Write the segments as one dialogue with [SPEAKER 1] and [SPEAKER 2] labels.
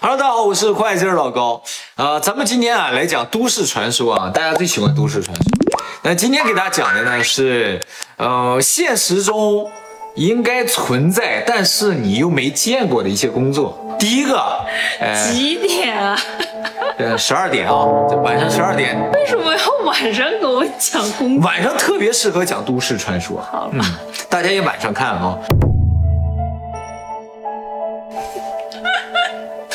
[SPEAKER 1] Hello，大家好，我是快字儿老高。啊、咱们今天啊来讲都市传说啊，大家最喜欢都市传说。那今天给大家讲的呢是，呃，现实中应该存在，但是你又没见过的一些工作。第一个，呃，
[SPEAKER 2] 几点啊？
[SPEAKER 1] 十二点啊，这晚上十二点，
[SPEAKER 2] 为什么要晚上跟我讲工作？
[SPEAKER 1] 晚上特别适合讲都市传说。
[SPEAKER 2] 好吧
[SPEAKER 1] 嗯，大家也晚上看啊。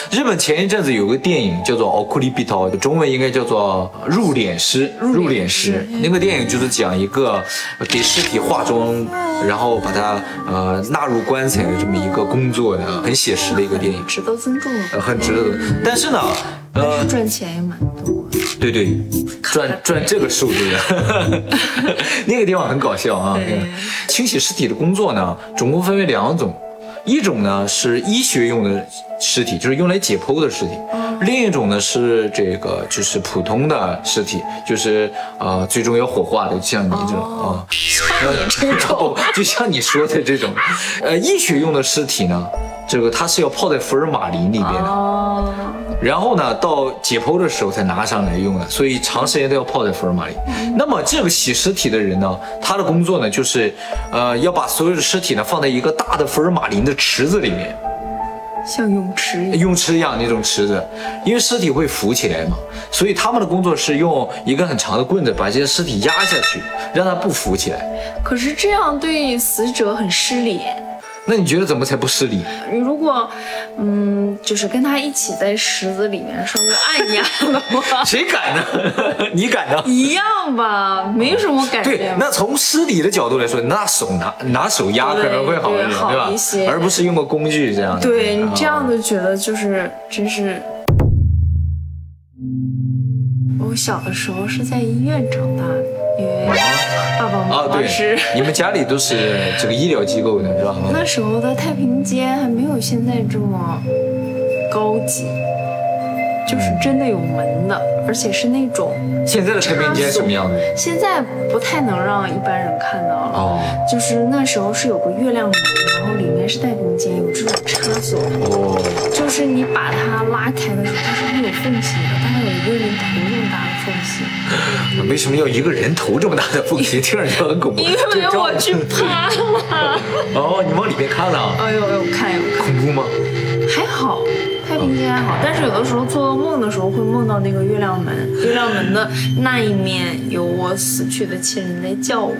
[SPEAKER 1] 日本前一阵子有个电影叫做《奥库里比头》，中文应该叫做《入殓师》。入殓师嗯那个电影就是讲一个呃给尸体化妆，然后把它呃纳入棺材的这么一个工作的，很写实的一个电影，
[SPEAKER 2] 值得尊重，
[SPEAKER 1] 呃很值得。但是呢，呃，
[SPEAKER 2] 赚钱也蛮多。
[SPEAKER 1] 对对，赚赚这个数字， 那个地方很搞笑啊。
[SPEAKER 2] 对
[SPEAKER 1] 那个清洗尸体的工作呢，总共分为两种，一种呢是医学用的尸体，就是用来解剖的尸体；另一种呢是这个就是普通的尸体，就是呃最终要火化的，像你这种啊。这 种，就像你说的这种，呃，医学用的尸体呢，这个它是要泡在福尔马林里边的。
[SPEAKER 2] 哦，
[SPEAKER 1] 然后呢，到解剖的时候才拿上来用的，所以长时间都要泡在福尔马林。那么这个洗尸体的人呢，他的工作呢就是，呃，要把所有的尸体呢放在一个大的福尔马林的池子里面，
[SPEAKER 2] 像泳池一样。
[SPEAKER 1] 泳池一样那种池子，因为尸体会浮起来嘛，所以他们的工作是用一根很长的棍子把这些尸体压下去，让它不浮起来。
[SPEAKER 2] 可是这样对死者很失礼。
[SPEAKER 1] 那你觉得怎么才不失礼？，
[SPEAKER 2] 你如果，嗯，就是跟他一起在池子里面稍微按压的话
[SPEAKER 1] 谁敢呢？ 你敢呢？
[SPEAKER 2] 一样吧，没什么改
[SPEAKER 1] 对
[SPEAKER 2] 变。，
[SPEAKER 1] 那从尸体的角度来说，拿手拿拿手压可
[SPEAKER 2] 对
[SPEAKER 1] 能会好一点，
[SPEAKER 2] 对好
[SPEAKER 1] 对吧？
[SPEAKER 2] 一些
[SPEAKER 1] 而不是用个工具这样的。
[SPEAKER 2] 对你这样
[SPEAKER 1] 啊。
[SPEAKER 2] 就觉得就是真是。我小的时候是在医院长大的，因为爸爸妈
[SPEAKER 1] 啊，
[SPEAKER 2] 妈是
[SPEAKER 1] 哦对。，你们家里都是这个医疗机构的是吧？
[SPEAKER 2] 那时候的太平间还没有现在这么高级，就是真的有门的，而且是那种
[SPEAKER 1] 现在的太平间什么样 子？
[SPEAKER 2] 现在不太能让一般人看到了。
[SPEAKER 1] 哦
[SPEAKER 2] 就是那时候是有个月亮门，然后里面是太平间，有这种插座。
[SPEAKER 1] 哦，
[SPEAKER 2] 就是你把它拉开的时候，它是会有缝隙的，大概有一个人头那么大的缝隙。
[SPEAKER 1] 为什么要一个人头这么大的缝隙？听着就很恐怖。就招
[SPEAKER 2] 去趴了。
[SPEAKER 1] 哦，你往里面看了，
[SPEAKER 2] 哎呦哎呦，看哎呦看，
[SPEAKER 1] 恐怖吗？
[SPEAKER 2] 还好，太平间还好，但是有的时候做噩梦的时候会梦到那个月亮门，月亮门的那一面有我死去的亲人在叫我。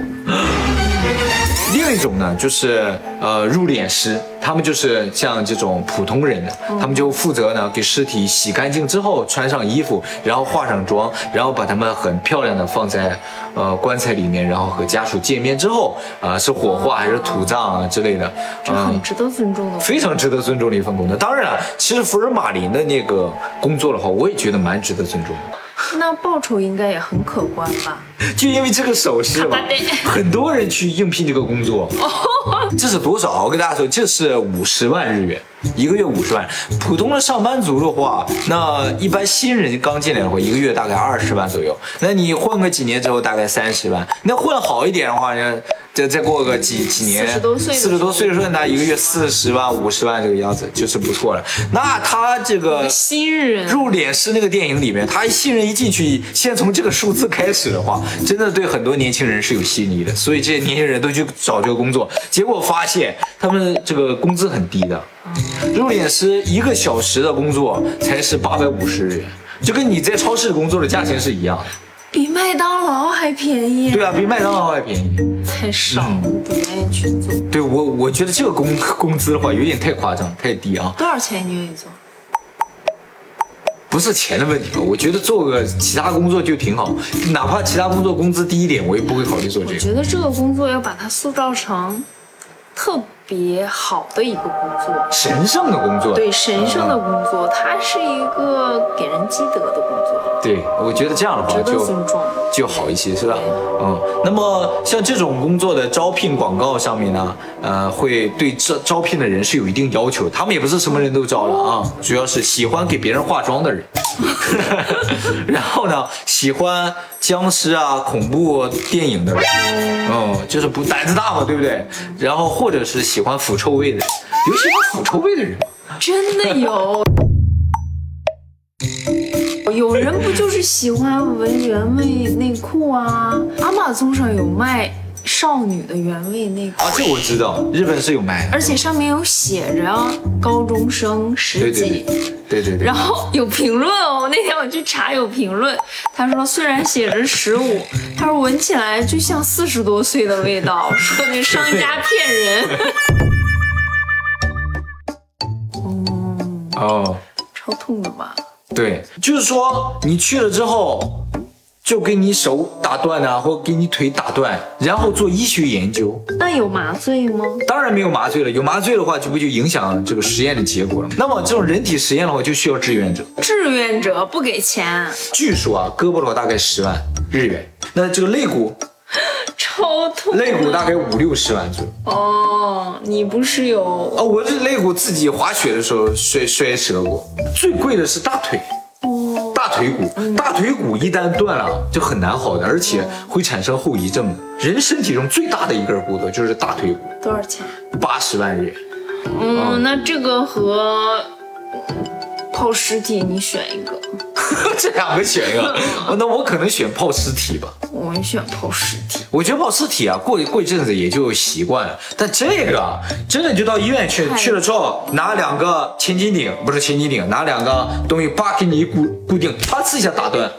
[SPEAKER 1] 另一种呢，就是呃入殓师，他们就是像这种普通人的，他们就负责呢给尸体洗干净之后，穿上衣服，然后化上妆，然后把他们很漂亮的放在呃棺材里面，然后和家属见面之后，啊、是火化还是土葬啊之类的，
[SPEAKER 2] 这
[SPEAKER 1] 嗯
[SPEAKER 2] 很。值得尊重的。
[SPEAKER 1] 非常值得尊重的一份工作。当然了，其实福尔马林的那个工作的话，我也觉得蛮值得尊重的。
[SPEAKER 2] 那报酬应该也很可观吧？
[SPEAKER 1] 就因为这个手势嘛
[SPEAKER 2] 卡巴贝，
[SPEAKER 1] 很多人去应聘这个工 作。这是多少？我跟大家说，这是五十万日元，一个月五十万。普通的上班族的话，那一般新人刚进来的话，一个月大概二十万左右。那你混个几年之后，大概三十万。那混好一点的话，呢，再再过个几几年，
[SPEAKER 2] 40多岁的
[SPEAKER 1] 四十多岁的时候，那一个月四十万、五十万这个样子就是不错了。那他这个
[SPEAKER 2] 新人
[SPEAKER 1] 入殓师那个电影里面，他新人一进去，先从这个数字开始的话，真的对很多年轻人是有吸引力的，所以这些年轻人都去找这个工作，结果发现他们这个工资很低的，入殓师一个小时的工作才是八百五十日元。就跟你在超市工作的价钱是一样的，
[SPEAKER 2] 比麦当劳还便宜，
[SPEAKER 1] 对啊，嗯比麦当劳还便宜。
[SPEAKER 2] 太少了，不愿意去做。
[SPEAKER 1] 对我，我觉得这个工 工资的话有点太夸张，太低啊。
[SPEAKER 2] 多少钱你愿意做？
[SPEAKER 1] 不是钱的问题吧？我觉得做个其他工作就挺好，哪怕其他工作工资低一点，我也不会考虑做这
[SPEAKER 2] 我
[SPEAKER 1] 个。
[SPEAKER 2] 觉得这个工作要把它塑造成特别好的一个工作，
[SPEAKER 1] 神圣的工作。嗯
[SPEAKER 2] 对神圣的工作，它是一个给人积德的工作，
[SPEAKER 1] 嗯对，我觉得这样的话
[SPEAKER 2] 值得
[SPEAKER 1] 啊就
[SPEAKER 2] 尊重。
[SPEAKER 1] 就好一些，是吧？嗯，那么像这种工作的招聘广告上面呢，呃，会对招招聘的人是有一定要求，他们也不是什么人都招了啊，主要是喜欢给别人化妆的人， 然后呢，喜欢僵尸啊、恐怖电影的人，嗯，就是不胆子大嘛，对不对？然后或者是喜欢腐臭味的人，有喜欢腐臭味的人吗？
[SPEAKER 2] 真的有，有人不就是喜欢闻原味内裤啊？阿玛宗上有卖少女的原味内裤
[SPEAKER 1] 啊，，这我知道，日本是有卖的。
[SPEAKER 2] 而且上面有写着高中生
[SPEAKER 1] 对
[SPEAKER 2] 十
[SPEAKER 1] 对
[SPEAKER 2] 几
[SPEAKER 1] 对。，对对对
[SPEAKER 2] 然。后有评论哦，那天我去查有评论，他说虽然写着十五，他说闻起来就像四十多岁的味道，说那商家骗人。 嗯，
[SPEAKER 1] 哦，
[SPEAKER 2] 超痛的吧？
[SPEAKER 1] 对，就是说你去了之后，就给你手打断啊，或给你腿打断，然后做医学研究。
[SPEAKER 2] 那有麻醉吗？
[SPEAKER 1] 当然没有麻醉了，有麻醉的话，就不就影响这个实验的结果了吗？那么这种人体实验的话，就需要志愿者。
[SPEAKER 2] 志愿者不给钱，
[SPEAKER 1] 据说啊，胳膊的话大概十万日元，那这个肋骨，
[SPEAKER 2] 超痛。
[SPEAKER 1] 肋骨大概五六十万左右。
[SPEAKER 2] 哦，你不是有
[SPEAKER 1] 哦，我这肋骨自己滑雪的时候摔摔折过，最贵的是大腿。
[SPEAKER 2] 哦？
[SPEAKER 1] 大腿骨，大腿骨一旦断了就很难好的，而且会产生后遗症的。人身体中最大的一根骨头就是大腿骨，
[SPEAKER 2] 多少钱？
[SPEAKER 1] 八十万日元。
[SPEAKER 2] 嗯，那这个和泡尸体你选一个，
[SPEAKER 1] 这两个选一个，哦那我可能选泡尸体吧。
[SPEAKER 2] 我选泡尸体。
[SPEAKER 1] 我觉得泡尸体啊，过过一阵子也就习惯了。但这个啊真的就到医院去
[SPEAKER 2] 太
[SPEAKER 1] 去了之后，拿两个千斤顶，不是千斤顶，拿两个东西叭给你一固固定，啪呲一下打断，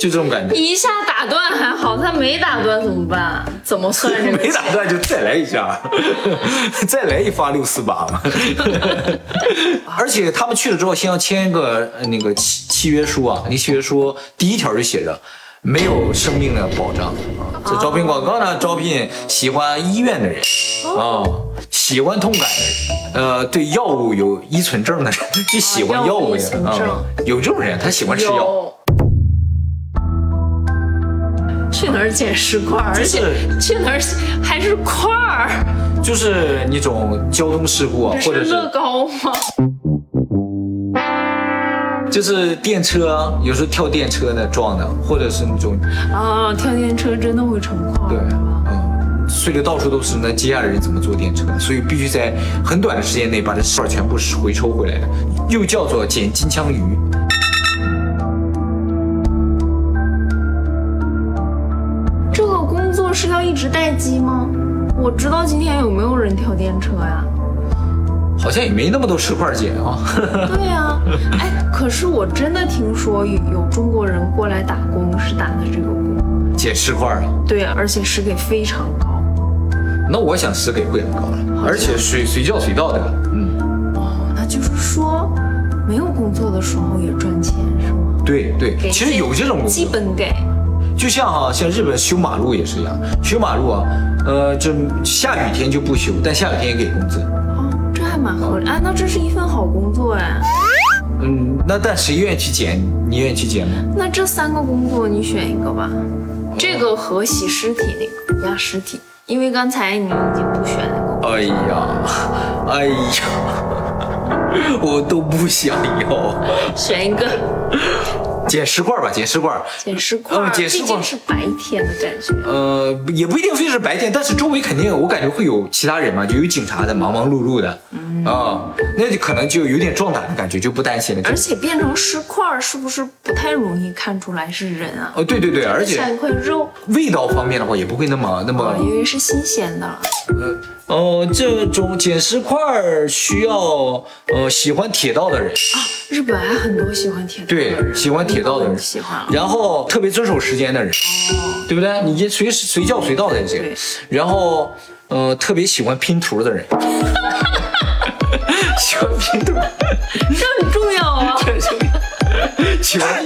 [SPEAKER 1] 就这种感觉。
[SPEAKER 2] 一下打断还好，他没打断怎么办？怎么算这 个？
[SPEAKER 1] 没打断就再来一下， 再来一发六四八嘛。 而且他们去了之后，先要签一个呃那个契契约书啊，那契约书第一条就写着。没有生命的保障啊！这招聘广告呢，招聘喜欢医院的人啊、喜欢痛感的人，呃，对药物有依存症的人，就喜欢
[SPEAKER 2] 啊
[SPEAKER 1] 药
[SPEAKER 2] 药
[SPEAKER 1] 物
[SPEAKER 2] 物
[SPEAKER 1] 的
[SPEAKER 2] 依
[SPEAKER 1] 人
[SPEAKER 2] 存
[SPEAKER 1] 啊、有这种人，他喜欢吃药。
[SPEAKER 2] 有。去哪儿捡石块儿？而且去哪儿还是块儿？
[SPEAKER 1] 就是那种交通事故啊，或
[SPEAKER 2] 是
[SPEAKER 1] 者是
[SPEAKER 2] 乐高吗？
[SPEAKER 1] 就是电车，啊有时候跳电车的撞的，或者是那种
[SPEAKER 2] 啊，跳电车真的会成块
[SPEAKER 1] 对，
[SPEAKER 2] 儿。
[SPEAKER 1] 嗯，碎的到处都是。那接下来人怎么坐电车？所以必须在很短的时间内把这事儿全部回抽回来的，又叫做捡金枪鱼。
[SPEAKER 2] 这个工作是要一直待机吗？我知道今天有没有人跳电车呀？
[SPEAKER 1] 好像也没那么多石块捡啊，
[SPEAKER 2] 对呀，哎，可是我真的听说有有中国人过来打工是打的这个工，
[SPEAKER 1] 捡石块啊。
[SPEAKER 2] 对，而且是给非常高。
[SPEAKER 1] 那我想石给会很高了，而且随随叫随到的了。嗯，
[SPEAKER 2] 哦，那就是说，没有工作的时候也赚钱是吗？
[SPEAKER 1] 对对，
[SPEAKER 2] 给
[SPEAKER 1] 其实有这种工作
[SPEAKER 2] 基本给，
[SPEAKER 1] 就像哈、像日本修马路也是一样，修马路啊，呃，这下雨天就不修，但下雨天也给工资。
[SPEAKER 2] 哦，这还蛮合理。哎，那这是一份好工作哎。
[SPEAKER 1] 嗯，那但谁愿意去捡？你愿意去捡吗？
[SPEAKER 2] 那这三个工作你选一个吧，这个和洗尸体那个压尸体，因为刚才你已经不选那个了。
[SPEAKER 1] 哎呀， 哎呀， 我都不想要。
[SPEAKER 2] 选一个
[SPEAKER 1] 捡石块儿吧，捡石块儿。
[SPEAKER 2] 捡尸块儿，
[SPEAKER 1] 嗯捡尸
[SPEAKER 2] 毕
[SPEAKER 1] 块儿
[SPEAKER 2] 竟是白天的感觉。
[SPEAKER 1] 呃，也不一定非是白天，但是周围肯定我感觉会有其他人嘛，就有警察在忙忙碌碌的，啊，那就可能就有点壮胆的感觉，就不担心了。就
[SPEAKER 2] 而且变成尸块儿是不是不太容易看出来是人啊？
[SPEAKER 1] 哦，对对对，而
[SPEAKER 2] 像
[SPEAKER 1] 且啊
[SPEAKER 2] 一块肉，
[SPEAKER 1] 味道方面的话也不会那么那么
[SPEAKER 2] 哦，因为是新鲜的啊了。
[SPEAKER 1] 哦，这种捡石块儿需要呃喜欢铁道的人，
[SPEAKER 2] 日本还很多喜欢铁道的人，
[SPEAKER 1] 对，喜欢铁道的
[SPEAKER 2] 我
[SPEAKER 1] 人，
[SPEAKER 2] 不喜欢啊了。
[SPEAKER 1] 然后特别遵守时间的人，对不对？你也随时随叫随到的这个
[SPEAKER 2] 对，
[SPEAKER 1] 然后呃特别喜欢拼图的人， 喜欢拼图，
[SPEAKER 2] 这很重要啊！
[SPEAKER 1] 喜欢